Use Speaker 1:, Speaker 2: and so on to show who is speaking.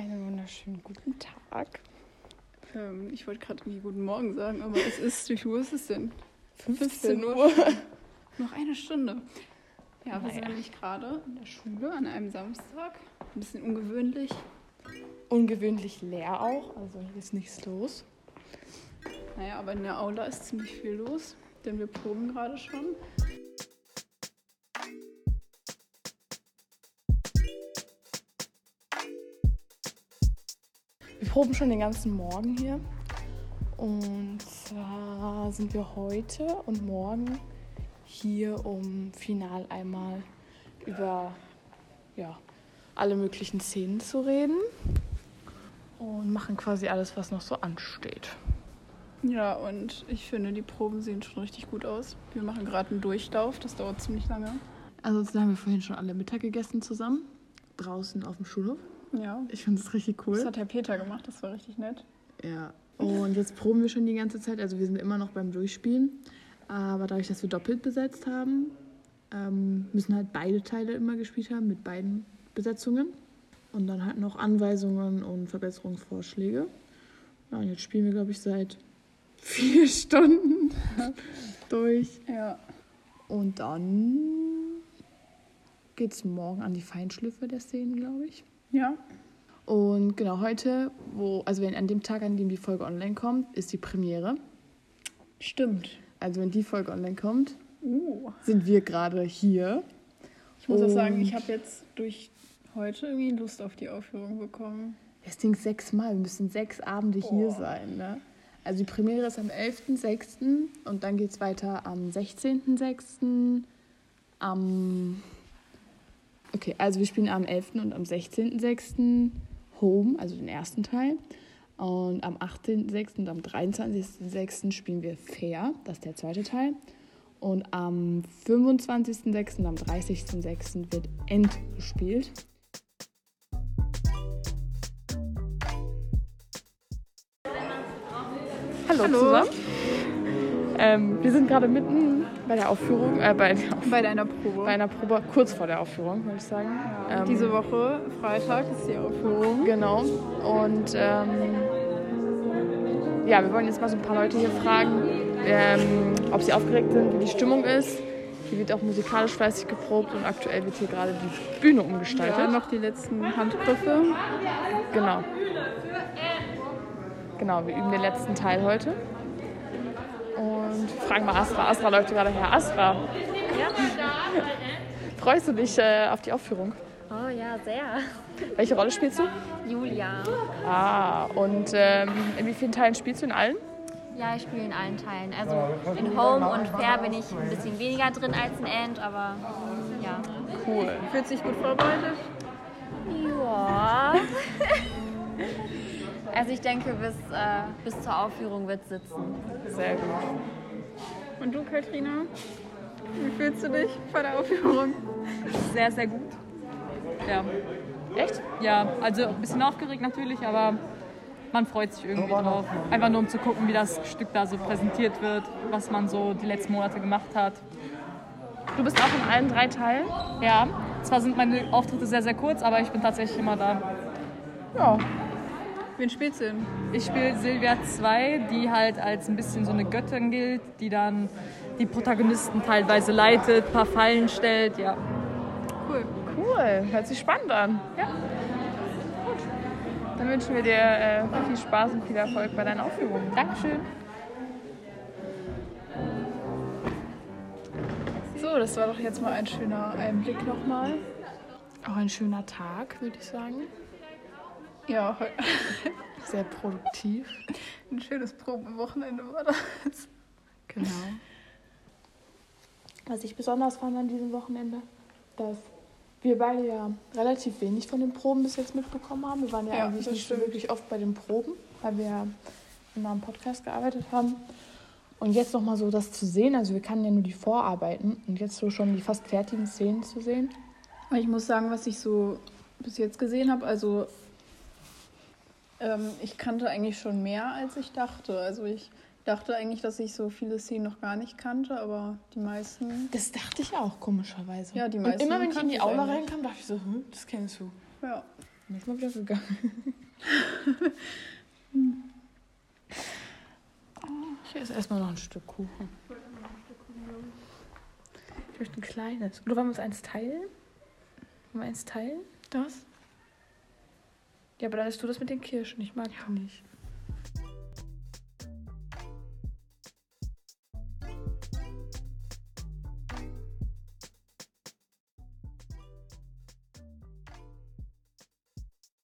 Speaker 1: wunderschönen guten Tag.
Speaker 2: Ähm, ich wollte gerade irgendwie guten Morgen sagen, aber es ist, wie viel Uhr ist es denn?
Speaker 1: 15 Uhr.
Speaker 2: Noch eine Stunde. Ja, wir
Speaker 1: Naja.
Speaker 2: sind nämlich gerade in der Schule an einem Samstag. Ein bisschen ungewöhnlich.
Speaker 1: Ungewöhnlich leer auch, also hier ist nichts los.
Speaker 2: Naja, aber in der Aula ist ziemlich viel los, denn wir proben gerade schon.
Speaker 1: Wir proben schon den ganzen Morgen hier. Und zwar sind wir heute und morgen hier, um final einmal über ja, alle möglichen Szenen zu reden. Und machen quasi alles, was noch so ansteht.
Speaker 2: Ja, und ich finde, die Proben sehen schon richtig gut aus. Wir machen gerade einen Durchlauf, das dauert ziemlich lange.
Speaker 3: Ansonsten haben wir vorhin schon alle Mittag gegessen zusammen. Draußen auf dem Schulhof.
Speaker 2: Ja.
Speaker 3: Ich finde das richtig
Speaker 2: Das
Speaker 3: cool.
Speaker 2: hat Herr Peter gemacht, das war richtig nett.
Speaker 3: Ja. Und jetzt proben wir schon die ganze Zeit. Also wir sind immer noch beim Durchspielen. Aber dadurch, dass wir doppelt besetzt haben, ähm, müssen halt beide Teile immer gespielt haben mit beiden Besetzungen. Und dann halt noch Anweisungen und Verbesserungsvorschläge. Ja, und jetzt spielen wir, glaube ich, seit vier Stunden durch.
Speaker 2: Ja.
Speaker 3: Und dann geht's morgen an die Feinschliffe der Szenen, glaube ich.
Speaker 2: Ja.
Speaker 3: Und genau heute, wo, also wenn an dem Tag, an dem die Folge online kommt, ist die Premiere.
Speaker 2: Stimmt.
Speaker 3: Also wenn die Folge online kommt,
Speaker 2: Uh.
Speaker 3: sind wir gerade hier.
Speaker 2: Ich muss auch sagen,
Speaker 3: Und-
Speaker 2: ich habe jetzt durch heute irgendwie Lust auf die Aufführung bekommen.
Speaker 3: Das Ding ist sechsmal, wir müssen sechs Abende hier
Speaker 2: Boah.
Speaker 3: sein. Ne? Also die Premiere ist am 11.06. und dann geht's weiter am 16.06. Am. Okay, also wir spielen am 11. und am 16.06. Home, also den ersten Teil. Und am 18.06. und am 23.06. spielen wir Fair, das ist der zweite Teil. Und am 25.06. und am 30.06. wird End gespielt.
Speaker 1: Hallo, zusammen. Ähm, wir sind gerade mitten bei der Aufführung, äh, bei, der,
Speaker 2: Bei deiner Probe.
Speaker 1: bei einer Probe, kurz vor der Aufführung, würde ich sagen. Ähm,
Speaker 2: ja. Diese Woche, Freitag, ist die Aufführung.
Speaker 1: Genau. Und ähm, ja, wir wollen jetzt mal so ein paar Leute hier fragen, ähm, ob sie aufgeregt sind, wie die Stimmung ist. Hier wird auch musikalisch fleißig geprobt und aktuell wird hier gerade die Bühne umgestaltet.
Speaker 2: Ja, noch die letzten Handgriffe.
Speaker 1: Genau. Genau, wir üben den letzten Teil heute. Und fragen mal Astra. Astra läuft gerade her. Astra. Freust du dich äh, auf die Aufführung?
Speaker 4: Oh ja, sehr.
Speaker 1: Welche Rolle spielst du?
Speaker 4: Julia.
Speaker 1: Ah, und ähm, in wie vielen Teilen spielst du? In allen?
Speaker 4: Ja, ich spiele in allen Teilen. Also in Home und Fair bin ich ein bisschen weniger drin als in End, aber ja.
Speaker 1: Cool.
Speaker 2: Fühlt sich gut vorbereitet.
Speaker 4: Ja. Also ich denke, bis, äh, bis zur Aufführung wird sitzen.
Speaker 1: Sehr gut.
Speaker 2: Und du, Katrina? Wie fühlst du dich vor der Aufführung?
Speaker 5: sehr, sehr gut. Ja.
Speaker 1: Echt?
Speaker 5: ja, also ein bisschen aufgeregt natürlich, aber man freut sich irgendwie drauf. Einfach nur um zu gucken, wie das Stück da so präsentiert wird, was man so die letzten Monate gemacht hat.
Speaker 1: Du bist auch in allen drei Teilen?
Speaker 5: Ja, zwar sind meine Auftritte sehr, sehr kurz, aber ich bin tatsächlich immer da.
Speaker 1: Ja.
Speaker 2: Wen spielst du denn?
Speaker 5: Ich spiele Silvia 2, die halt als ein bisschen so eine Göttin gilt, die dann die Protagonisten teilweise leitet, ein paar Fallen stellt, ja.
Speaker 2: Cool.
Speaker 1: Cool. Hört sich spannend an. Ja. Gut. Dann wünschen wir dir äh, viel Spaß und viel Erfolg bei deinen Aufführungen.
Speaker 5: Dankeschön.
Speaker 2: So, das war doch jetzt mal ein schöner Einblick nochmal.
Speaker 3: Auch ein schöner Tag, würde ich sagen.
Speaker 2: Ja, heu-
Speaker 3: Sehr produktiv.
Speaker 2: ein schönes Probenwochenende war das.
Speaker 3: Genau.
Speaker 1: Was ich besonders fand an diesem Wochenende, dass wir beide ja relativ wenig von den Proben bis jetzt mitbekommen haben. Wir waren ja,
Speaker 2: Ja,
Speaker 1: eigentlich
Speaker 2: das
Speaker 1: nicht so wirklich oft bei den Proben, weil wir ja immer am Podcast gearbeitet haben. Und jetzt nochmal so das zu sehen, also wir kannten ja nur die Vorarbeiten und jetzt so schon die fast fertigen Szenen zu sehen.
Speaker 2: Aber Ich muss sagen, was ich so bis jetzt gesehen habe, also ähm, ich kannte eigentlich schon mehr, als ich dachte. Also ich dachte eigentlich, dass ich so viele Szenen noch gar nicht kannte, aber die meisten.
Speaker 3: Das dachte ich auch, komischerweise.
Speaker 2: Ja, die
Speaker 3: Und
Speaker 2: meisten
Speaker 3: immer wenn ich in
Speaker 2: kannte
Speaker 3: die
Speaker 2: ich
Speaker 3: Aula
Speaker 2: eigentlich.
Speaker 3: reinkam, dachte ich so, hm, das kennst du.
Speaker 2: Ja.
Speaker 3: Bin ich mal wieder gegangen.
Speaker 6: Ich esse erstmal noch ein Stück Kuchen.
Speaker 3: Ich möchte ein kleines. Oder wollen wir uns eins teilen? Wollen wir eins teilen?
Speaker 7: Das?
Speaker 3: Ja, aber dann isst du das mit den Kirschen. Ich mag die nicht.